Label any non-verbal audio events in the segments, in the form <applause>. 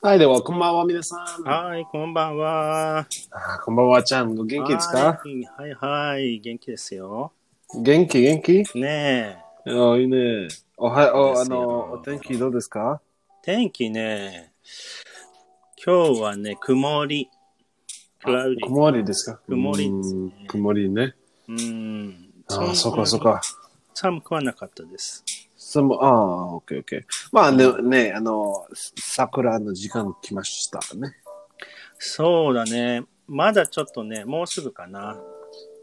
はい、では、こんばんは、皆さん。はい、こんばんは。あーこんばんは、ちゃん。元気ですかはいはいはい、元気ですよ。元気、元気ねえ、ああ、いいね。おはよう、であすよの、お天気どうですか天気ね、今日はね、曇り。クラウディ。曇りですか曇りですねうん曇りね。うん。ああ、そんうなか、そうか。寒くはなかったです。そのああ、オッケーオッケー。まあね、ね、あの、桜の時間来ましたね。そうだね。まだちょっとね、もうすぐかな。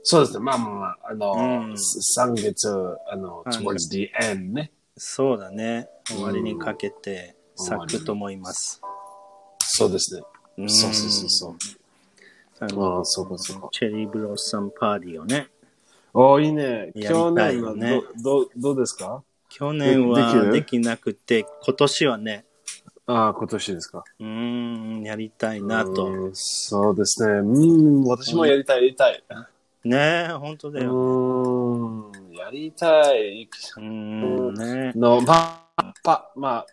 そうですね。まあまあまあ、あの、うん三月、あの、はい towards the end ね。そうだね。終わりにかけてうん咲くと思います。そうですね。んそうそうそうそう。あのああ、そうかそうか。チェリーブロッサムパーティーをね。おーいいね。やり去たい年はど、よねどうどうですか去年はできるできなくて、今年はね、ああ、今年ですか。うーん、やりたいなと。うんそうですね。うん、私もやりたい、やりたい。ねえ、本当だよ。うん、やりたい。うーん、ね <laughs> えの、まあ、パ、まあ、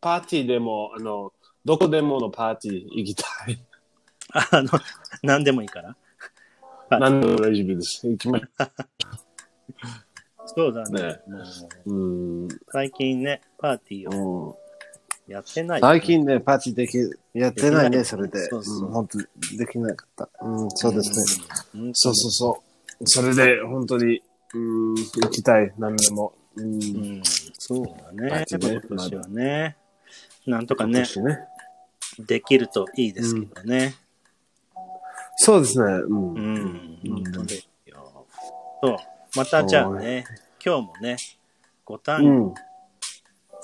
パーティーでも、あの、どこでものパーティー行きたい。あの、何でもいいから。はい何でも大丈夫です。行きましそうだね。ねもううん。最近ね、パーティーをやってない、最近ね、パーティーでき、やってないね、それで。そうそううん本当にできなかった。うん、そうですね。うん。そうそうそう。それで、本当に、うん、行きたい、何でも。うん、う今ん、そうだパねー。ティーね今年はね。なんとかね、年ね。できるといいですけどね。そうですね。うん。ううんん、本当ですよ。そう、またじゃあね、今日もね、五単語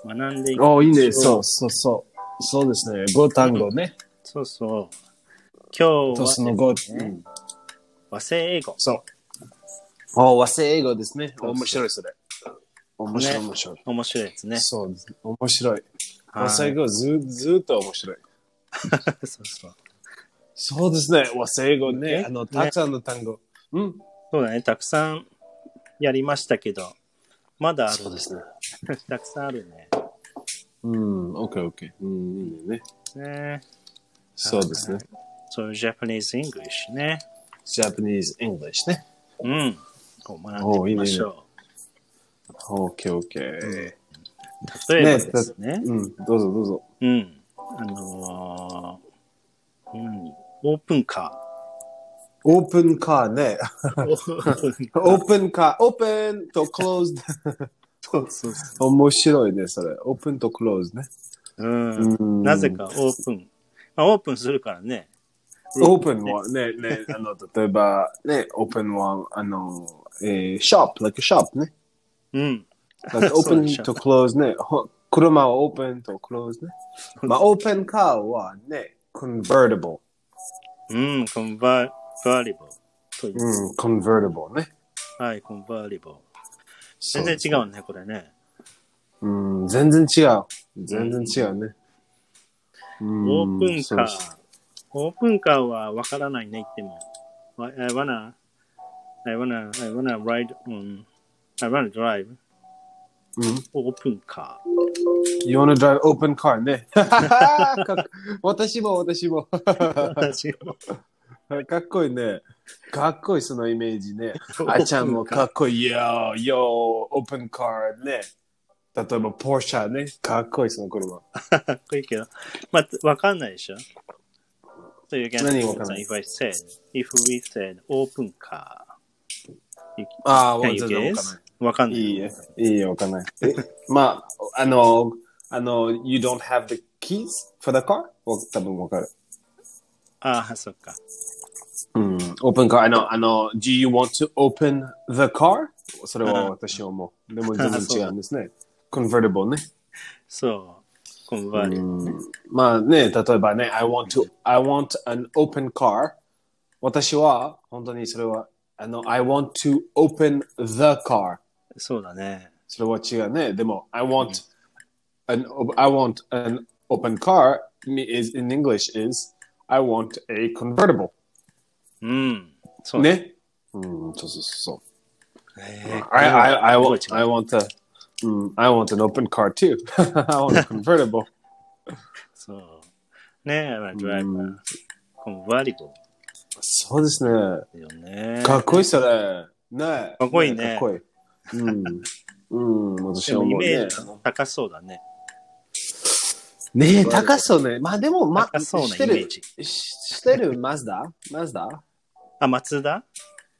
学んでいく。おいいね。そうそうそうそう。そうですね。語単語ね。そうそう。今日とそはの語、ねうん和製英語。そう。お和製英語ですね。うそう面白い、それ。面白い、面白い。面白いですね。そうですね。面白い。はい和製英語ず、ずっと面白い。そうそう。そうですね。和製英語ねね。あの、ねたくさんの単語。うん。そうだね。たくさんやりましたけど、まだある。そうですね。たくさんあるね。うん、オッケーオッケー。うん、いいね。ねそうですね。そういう Japanese English ね。 Japanese English ね。うん。こう学んでいきましょオッケーオッケー。う。例えばですね。うん、どうぞどうぞ。うん。あのー、うん。オープンカオープンカーね。ー。 <laughs> オープンオープンカー、オープンとクローズ。そうそうそ <laughs> 面白いね、それ。オープンとクローズね。う。うん。なぜかオープン。まあ、オープンするからね。オープンはね、ね、あの、例えば、ね、オープンは、あの、えー、ショップ、like a shop ね。うん。 Like オープ <laughs> そうでンしょとクローズね。ほ車はオープンとクローズね。まあ、オープンカーはね、convertible。うん。コンバーリボという。うん、convertible ね。はい、コンバーリボそ全う然違うね、これね。うん、全然違う。全然違うね。うんオープンカそうそー。オープンカーはわからないね、言っても。I I wanna, I wanna, I wanna ride on, I wanna drive う。うん。オープンカ You wanna drive open car ね。 <laughs> かっこ私も私も。ー。私も。かっこいいね。かっこいいそのイメージね。あちゃんもかっこいいよ。よ、オープンカーね。例えば、ポーシャね。かっこいいその車。かっこいいけど。まあ、わかんないでしょ。So you can 何わかんない if I said, if we said open car. ああ、 Can 全然わ you かん guess? わかんな。ないい。いいえ。いいよ、わかんない。えまあ、あの、あの、You don't have the keys for the car? わ多分わかる。ああ、そっか。うん、オープンカー。あの、あの、Do you want to open the car? それは私は思う。でも全然違うんですね。convertible Hmm. ね。そう。コンうバーリボ。ん、まあね、例えばね、I want to, I want an open car. 私は、本当にそれは、あの、I want to open the car. そうだね。それは違うね。でも、I want an, I want an open car me- is in English is I want a convertible. Hmm, うん。そうだ。ね。うん、そうそうそう。えー I, I, I これは <laughs> <laughs> want I want the mm, I want an open car too. I want a convertible. そう。ね、I wanna drive う a ん convertible そうですね。よね。かっこいいっすよね。ねかっこいいねかっこいい。うん。うん、私ではもイ思うメねー。ジ高そうだね。ねえ、高そうね。まあでも、まあ、高そうなしてイメるー、ジ。ししてる、マズダマズダあ、松田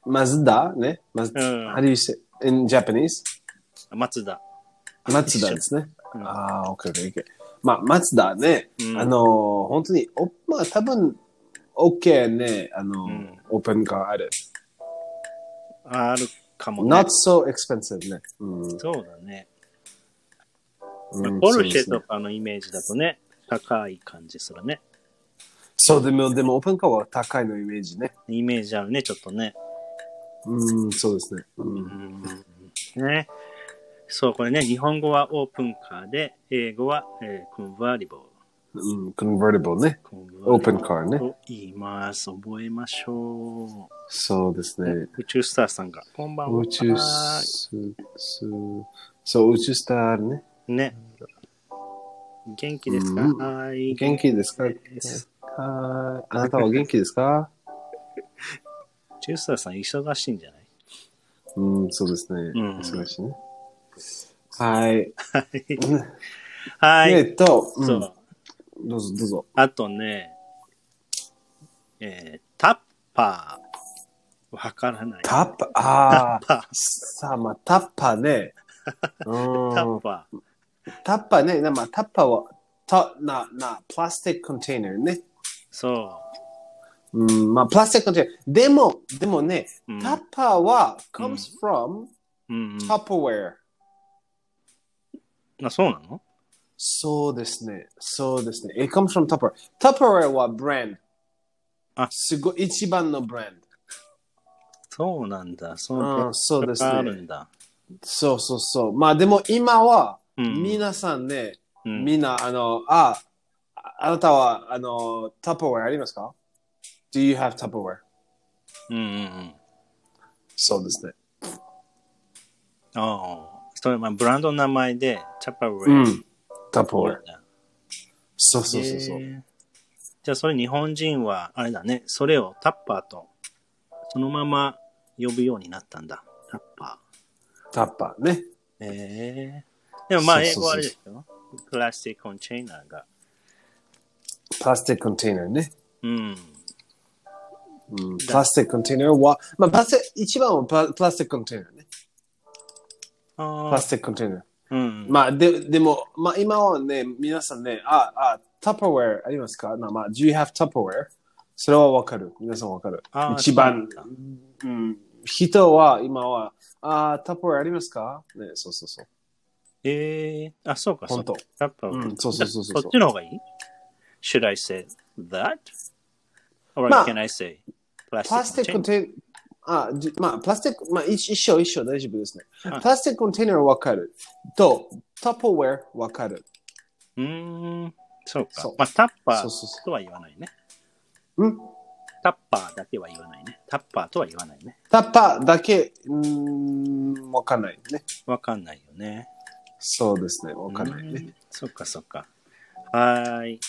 マズダね。マズうダ。How。ん do you say in Japanese? 松田。マツダですね。うんああ、オッケーオッケー。まあ、マツダね、うんあのー、本当に、おまあ、多分、オッケーね、あのー、うんオープンカーある。あるかもね not。so expensive ね。うんそうだね。うんポルシそうでェすねとかのイメージだとね、高い感じするね。そう、でも、でも、オープンカーは高いのイメージね。イメージあるね、ちょっとね。うん、そうですね。うん、ね。そう、これね、日本語はオープンカーで、英語は、えー、コンバーリボー。うん、convertible ね。コンバーリボオープンカーね。と言います。覚えましょそうですう。ね。宇宙スターさんが、こんばんは。宇宙ス、すそう、宇宙スターね。ね。元気ですか、うんはい。元気ですかですはい。あなたは元気ですか宇宙スターさん忙しいんじゃないうん、そうですね。ん忙しいね。はい。はえい。っと、うんそう。どうぞどうぞ。あとね、えー、タッパー。わからない。タッパ、ああ、タッパー。さあ、まあ、タッパ <laughs> ね。うんタッパー。タッパーね。なまあ、タッパーは、た、な、な、プラスティックコンテナーね。そう。うん、まあ、プラスティックコンテナー。でも、でもね、うんタッパーは、うん comes from うん、うん。 Tupperware。あ、そうなのそうですね。そうですね。It comes from Tupperware。Tupperware はブランド。あすごい、一番のブランド。そうなんだ。そうう、ん、そうですあねる。んだ。そうそうそう。まあでも今は、うん皆さんね、うんみんな、あの、あ、ああなたは、あの、タップウェアありますか ?Do you have Tupperware? うんうんうん。そうですね。ああ。それ、まあ、ブランドの名前で、チャパウェうイ。ん。Tupperware。そうそうそうそう。へえじゃあ、それ日本人は、あれだね、それをタッパーと、そのまま呼ぶようになったんだ。タッパタッパーね。ー。へえでもまあ、英そうそうそう語はあれですよ。プラスティックコンチェイナーが。プラスティックコンテナーね。うん。うん、プラスティックコンテナーは、まあ、プラスティック一番はプラプラスティックコンテナーね。プあラあ。スティックコンテナー。うん。まあ、ででも、まあ、今はね、皆さんね、あ、あ、タップウェアありますかなまあ、Do you have Tupperware? それはわかる。皆さんわかるあ。ー一番、うん、人は今は、あ、タップウェアありますかね、そうそうそう。ええあ、そうか、そうか本当。タッパーはうんそうそうそうそうそっちの方がいい ?Should I say that? Or まあ can I say プラプラスティックコンテあ、じまあ、プラスティック、まあ、一一緒一緒大丈夫ですね。プはいラスティックコンテナーわかる。と、タップウェアわかる。うーん、そうか。そうまあ、タッパそうーそうそとは言わないね。う。うんタッパーだけは言わないね。タッパーとは言わないね。タッパーだけ、うん、わかんないね。わかんないよね。そうですね、わかんないうね。ーんそうか、そうか。はーい。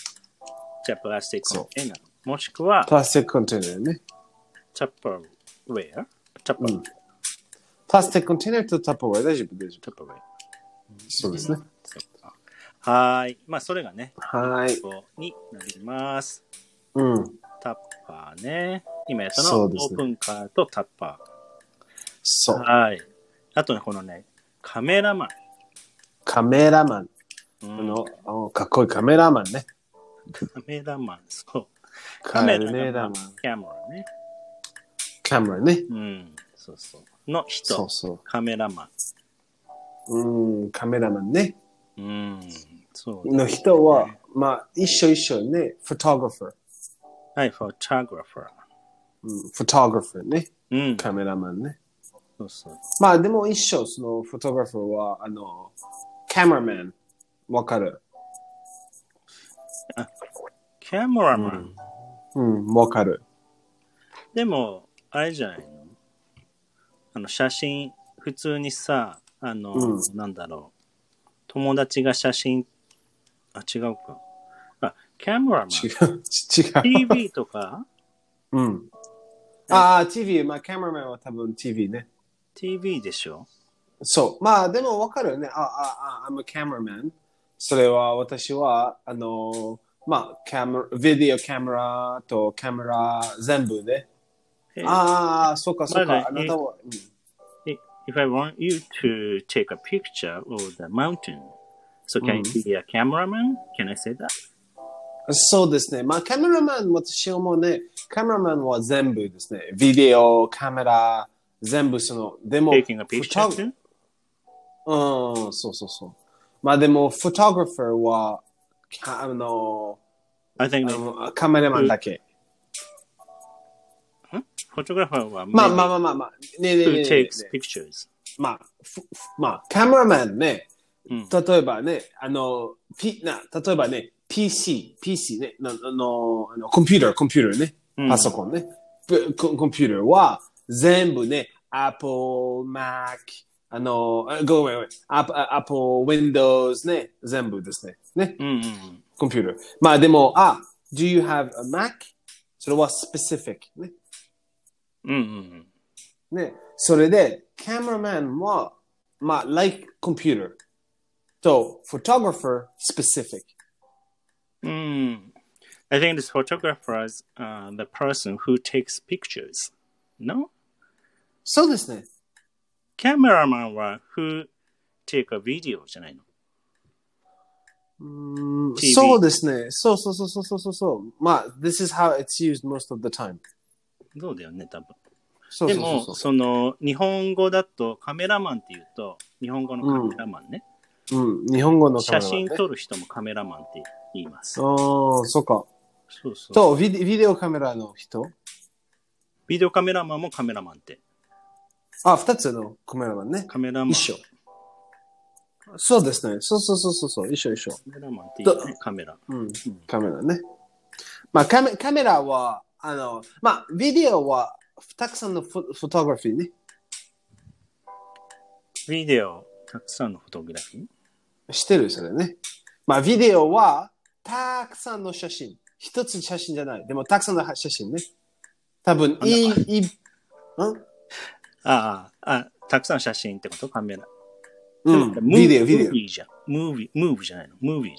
じゃあ、プラスティックそうコンテナ。もしくはプ、ラスティックコンテナーね。チャッパーウェアチャッパー、うんプラスティックコンテナーとタップウェア大丈夫、大丈チャッパーウェア。夫。そうですね。そうか。はーい。まあ、それがね、はい。こうになります。うん。タッパーね。今やったのそは、うですオーねプンカーとタッパそー。う。はい。あとね、このね、カメラマン。カメラマン。うあんの、あのかっこいいカメラマンね。カメラマン、そう。カメラマン。キャメラね。カメラね。うん、そうそう。の人、そうそカメラマう。うん、カメラマンね。ン。うん、そうだの人は、まあ、一緒一緒ね。フォトグラファー。はい、フォトグラファー。うん、フォトグラファーね。うん、カメラマンね。そうそう。まあ、でも一緒、その、フォトグラファーは、あの、カメラマン。わかる。キャメラマン。うんうん、わかる。でも、あれじゃないのあの、写真、普通にさ、あの、うんなんだろう。友達が写真、あ、違うか。カメラマン、違う。 <laughs> ち違う。 TV とか、うん。ああ、TV。まあ、カメラマンは多分 TV ね。 TV でしょそう。まあ、でもわかるよね。あ、あ、あ、I'm a cameraman。それは、私は、あの、まあ、カメラ、ビデオカメラとカメラ全部ね。えああ、そうか、そうまか。だあなたは、うん If I want you to take a picture of the mountain, so can you be a cameraman? Can I say that? そうですね。まあ、カメラマン、私はもうね、カメラマンは全部ですね。ビデオ、カメラ、全部その、でも、 Taking フ a picture ォト too? うん、そうそうそう。まあでも、フォトグラファーは、かあの、 I think あのカメラマンだけ。 photographer はまあまあまあまあまあ、ねえねえねえ who ねえね takes え。 pictures. まあ、ふふまあ、カメラマンね、うん例えばね、あの、ピな例えばね、PC、PC ね、なあの、あのコンピューター、コンピューターね、うんパソコンね、ぶコンコンピューターは全部ね、Apple、Mac、あの、あごめんごめん、App- Apple、Windows ね、全部ですね。ね。うんうんうん。コンピューター。まあでも、あ、do you have a Mac? それは specific ね。うんうんね。それで、cameraman は、まあ、like computer と photographer specific。うん。うん。I think this photographer is uh, the person who takes pictures. No? そうですね。 Cameraman は who take a video じゃないの。うーん TV そうですね。そうそうそうそうそうそうそう。まあ、this is how it's used most of the time. そうだよね、多分。そうでそうそうそも、その、日本語だとカメラマンっていうと、日本語のカメラマンね。う。うん、日本語のカメ写ラマンね真撮る人もカメラマンって言います。そああ、そうか。うそう。とビデ、ビデオカメラの人ビデオカメラマンもカメラマンって。あ、二つのカメラマンね。カメラマン。一緒。そうですね。そうそうそうそうそう。一緒一緒。カメラマンって言うよね、カメラ。うん、カメラね。まあカメカメラは、あの、まあビデオはたくさんのフォフォトグラフィーね。ビデオ、たくさんのフォトグラフィー。してる、それね。まあビデオはたくさんの写真。一つ写真じゃない。でもたくさんの写真ね。多分、あいいなんか、いい、んああ、あ、たくさん写真ってことカメラ。うんで、もビデオ、ビムービーじゃん。ムービー、ムービーじゃないの。ムービー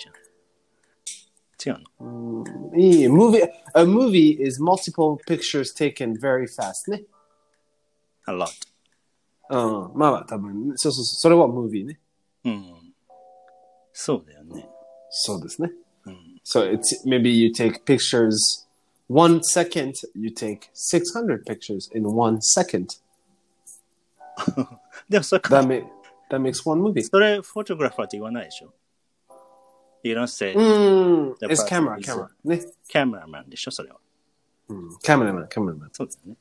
じゃん。違うの。デオ。うんいい、movie, a movie is multiple pictures taken very fast ね。 a lot。うん、まあまあ多分、そうそうそう、それはムービーね。うん。そうだよね。そうですね。うん。 So it's maybe you take pictures one second, you take 600 pictures in one second. でもそれ、 That, ma- that makes one movie. それ、フォトグラファーって言わないでしょ ?You don't say Mm, The it's part camera, is- camera. Ne? cameraman でしょそれは。 Mm, cameraman, cameraman. Mm, そうだよね。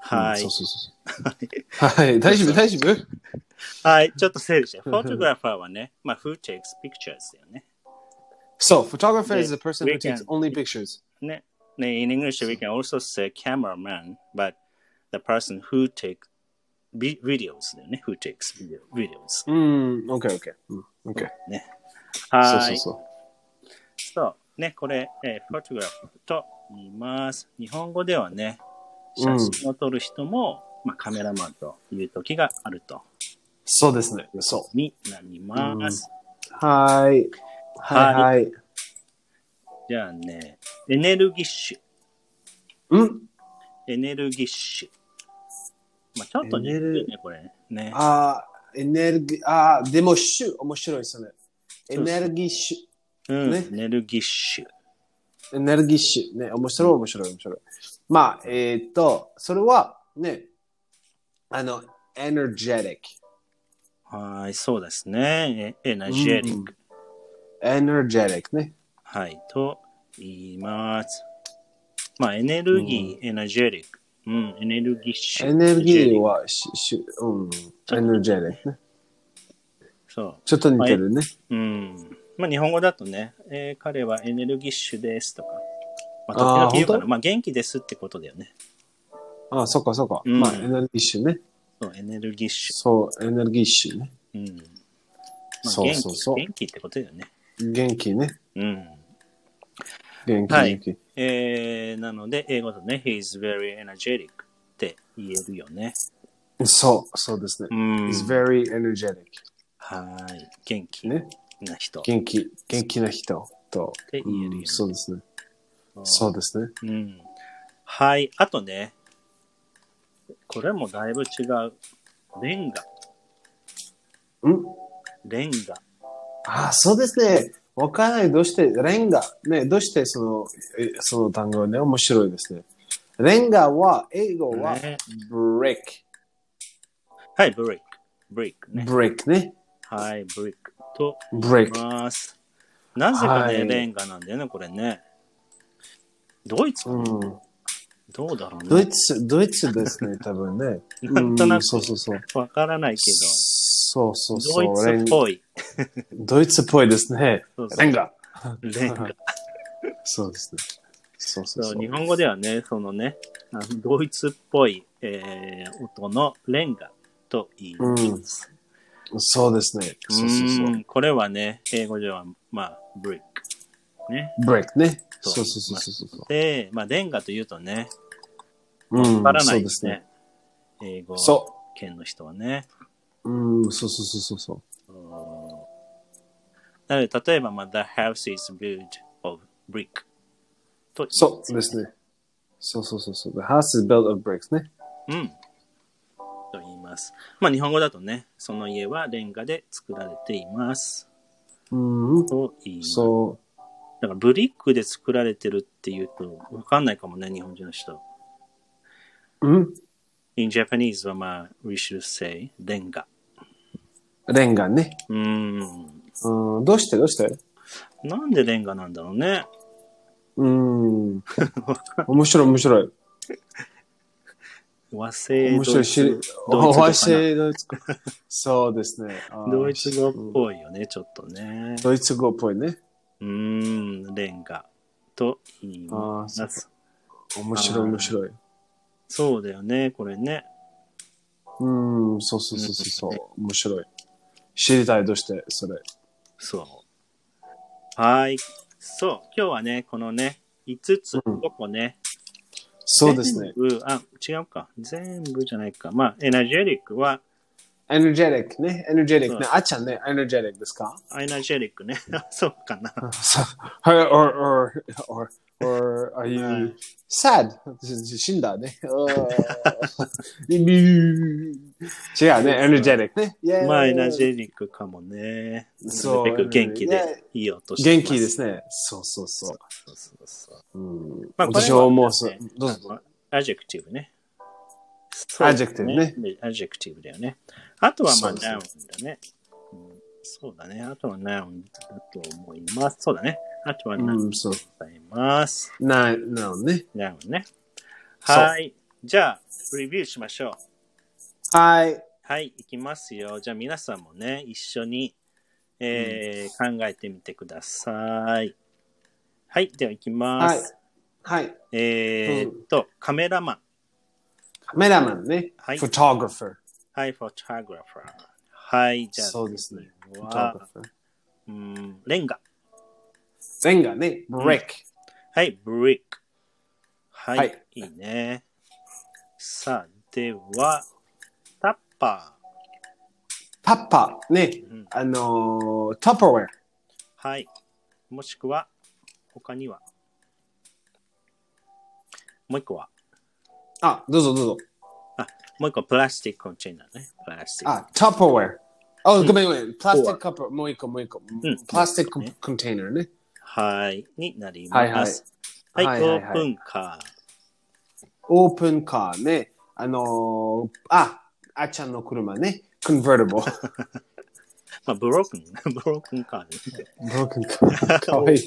はい。 <laughs> はい、大丈夫、大丈夫はい、ちょっと整理して。フォトグラファーはね、まあ、who takes pictures だよね。 So, photographer is The the person who weekend. takes only pictures. ね。ね、in English we can also say cameraman, but the person who takes vi- videos だよね。who takes video- videos. Mm, okay, okay. Mm, okay. ね。はい。そうそうそう。ね、これ、えーフォトグラファーと言います。日本そうではね、写うん真を撮る人も、まあ、カメラマンという時があると、そう。そうですね。そう。になります。はい。はいはい。じゃあね、エネルギッシュ。うんエネルギッシュ。まあ、ちょっとね、エネルねこれね。あーエネルギー、あーでも、シュ、面白いですね。エそうそうネルギッシュ。うん、ねエネルギッシュ。エネルギッシュ。ね、面白い、面白い、面白い。まあ、えーっと、それは、ね、あの、エネルジェリッはい、そうですね。エエナジェリッうク。んク。エネルジェリックね。はい、と言います。まあ、エネルギー、エナジェリック。うん、エネルギッシュ。エネルギーを。は、し、し、うん、エネルジェリックね。そちょっと似てるね。う。うん。まあ、日本語だとね、えー彼はエネルギッシュですとか。まあーあ、時々言うか本ら、まあ、元気ですってことだよね。ああ、そっかそっか。うんまあ、エネルギッシュね。そう、エネルギッシそう、エネルギッシュね。ュ。うん。まあ、そうそうそう元気元気ってことだよね。元気ね。うん。元気、はい元気。えー、なので、英語だとね、he's very energetic って言えるよね。そう、そうですねう。ん。 He's very energetic. はい。元気ね。な人って元気、元気な人と。言えるよねうん。そうですね。そうですね。うん。はい。あとね、これもだいぶ違う。レンガ。うんレンガ。ああ、そうですね。わからない。どうして、レンガ。ね、どうしてその、えその単語ね、面白いですね。レンガは、英語は、ねブレイク。はい、ブリック。ブリックね。ブレイクね。はい、ブリックとブレイ言いク。ます。なぜかね、はいレンガなんだよね、これね。ドイツ、うん。どうだろうドねイ。ツ、ドイツです <laughs> ね、多分ね。なんとなうんそうそうそう。くわからないけそうそうそう。ど、ドイツっい。ぽい。ドイツっぽいですね。そうそうレンガ。レンガ。そうですね。そうそうそうそう。日本語ではね、そのね、あのドイツっぽい、えー音のレンガと言います。そうですね。そうそうそうう。んこれはね、英語では、まあ、ブリック。ね。ブレイクね。そうそうそうそうそうそう。で、まあ、レンガというとね、うんわからなそういでですすね。ね。英語そ圏の人はね。う。うん、そうそうそうそうそう。うんなので、例えば、まあ、The house is built of brick. と言いそうですね。そうそうそうそう。The house is built of bricks ね。うん。と言います。まあ、日本語だとね、その家はレンガで作られています。うん。と言います。そだから、ブリックで作られてるっていうと、わかんないかもね、日本人の人。う。うん。 In Japanese はまあ、we should say レンガ。レンガね。うーん。うん。どうしてどうしてなんでレンガなんだろうね。うん。面白い面白い。和製面白い。知りドイツ語おか会いなしてドイツ語。そうですね。あードイツ語っぽいよね、ちょっとね。ドイツ語っぽいね。うーん、レンガと言いまあーす。面白い面白い。そうだよね、これね。うん、そうそうそうそうそう。面白い。知りたい、どうして、それ。そう。はい。そう、今日はね、このね、5つ、うん5個ね。そうですね。全部。あ、違うか。全部じゃないか。まあ、エナジェリックは、 <laughs> エネジェリックね。エネジェリックねそ。あっちゃんね、エネジェリックです <laughs> かエナジェリックね。 <laughs> そうかな。そう or, or, or, or, are は you い sad? 死んだ <laughs> ね。違うね、エネジェリックね。まあ、エナジーェリックかもね。そうなるべく元気でいい音して。元気ですすね。そうそうそそうそうそうう。うんまあ私は思うそうこれはね。どうぞ。アジェクティブね。アジェクティブねそうね。アジェクティブだよね。あとはまそあ、うですねナウンだね。うんそうだね。あとはナウンだと思います。そうだね。あとはナウンでうん、そう。ございます。な、なのね。ナウンね。そうはい。じゃあ、レビューしましょう。はい。はい、いきますよ。じゃあ皆さんもね、一緒に、えー考えてみてください。はい、では行きまはいす。。はい。えーっと、カメラマン。カメラマンね。はい photographer。はい、フォトグラファー。はい、じゃあ、そうですね次は、 photographer。うん、レンガ。レンガね。ブレイク。はい、ブリック。はい、はいい、いね。さあ、では、タッパー。パッパねうん。あのー、トップウェア。はい。もしくは、他には。もう一個はあ、どうぞどうぞ。あ、もう一個プラスティックコンテナーね。プラスティック。あ、トップウェア。あ、ごめんごめん。プラスティックカップ、もう一個もう一個。んプラスティックコンテナーね。はい。になります。は、はいいははいいはいはいオープンカオープンカーね。あのー、あ、あっちゃんの車ね。コンバーティブル。ー。まあ、ブロークン、 <laughs> ブロークンカーですね。ブロークンカー。 <laughs> かわいい。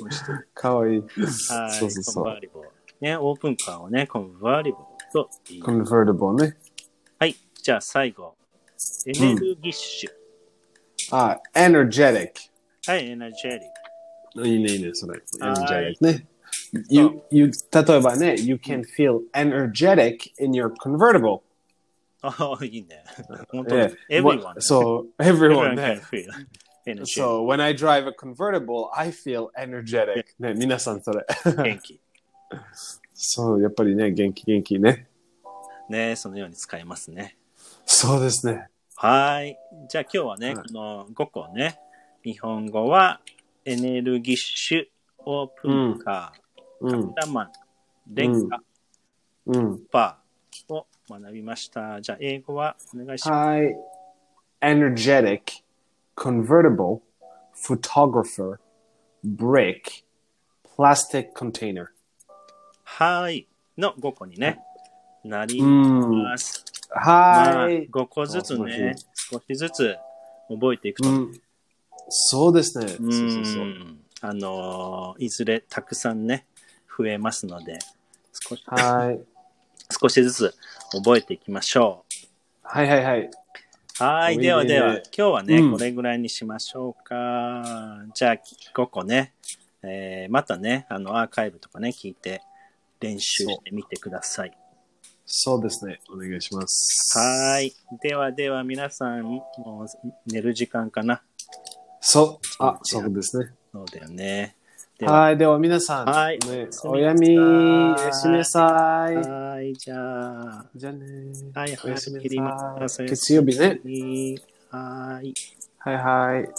かわいい。はい。そうそうそコンバーう。リボー。ね、オープンカーをね、コンバーリボーと言いコます。ンバーティブルね。はい。じゃあ最後。エネルギッシュ。あ、エネジェリック。はい、エナジェリッいいね、いいね、それ。はい energetic ね。You, you, 例えばね、you can feel energetic in your convertible. <laughs> ク。ああ、いいね。本当えに。え <laughs> everyone. そう、everyone everyone ね。 <laughs> can feel. energy. So when I drive a convertible, I feel energetic. ね、皆さんそれ。 <laughs> 元気。そう、やっぱりね、元気元気ね。ね、そのように使えますね。そうですね。はい。じゃあ今日ははね、いこの5個ね、日本語はエネルギッシュ、オープンカー、うカんメ。ラマン、電化、うん。バーを学びました。じゃあ英語はお願いします。 high energetic convertible photographer brick plastic container はい。の5個にね、なりうんます。まあ、はい、 5個ずつね、少しずつ覚えていくと。うん、そうですね、うんそうそうそうあのーいずれたくさんね、増えますので、少しはい少しずつ覚えていきましょ。はいはいはいうはい。いいねではでは、今日はね、うんこれぐらいにしましょうか。じゃあ、5個ね、えーまたね、あの、アーカイブとかね、聞いて、練習してみてください。そうですねお願いしますはい。ではでは、皆さん、もう寝る時間かな。そうあそうですねそうだよね。では、はいでは皆さん、はいねおおややすみみなおさいやすみなさいはい、じゃあ。じゃあねはい、おやすみ切りなまさすい月曜日ねはい。はいはい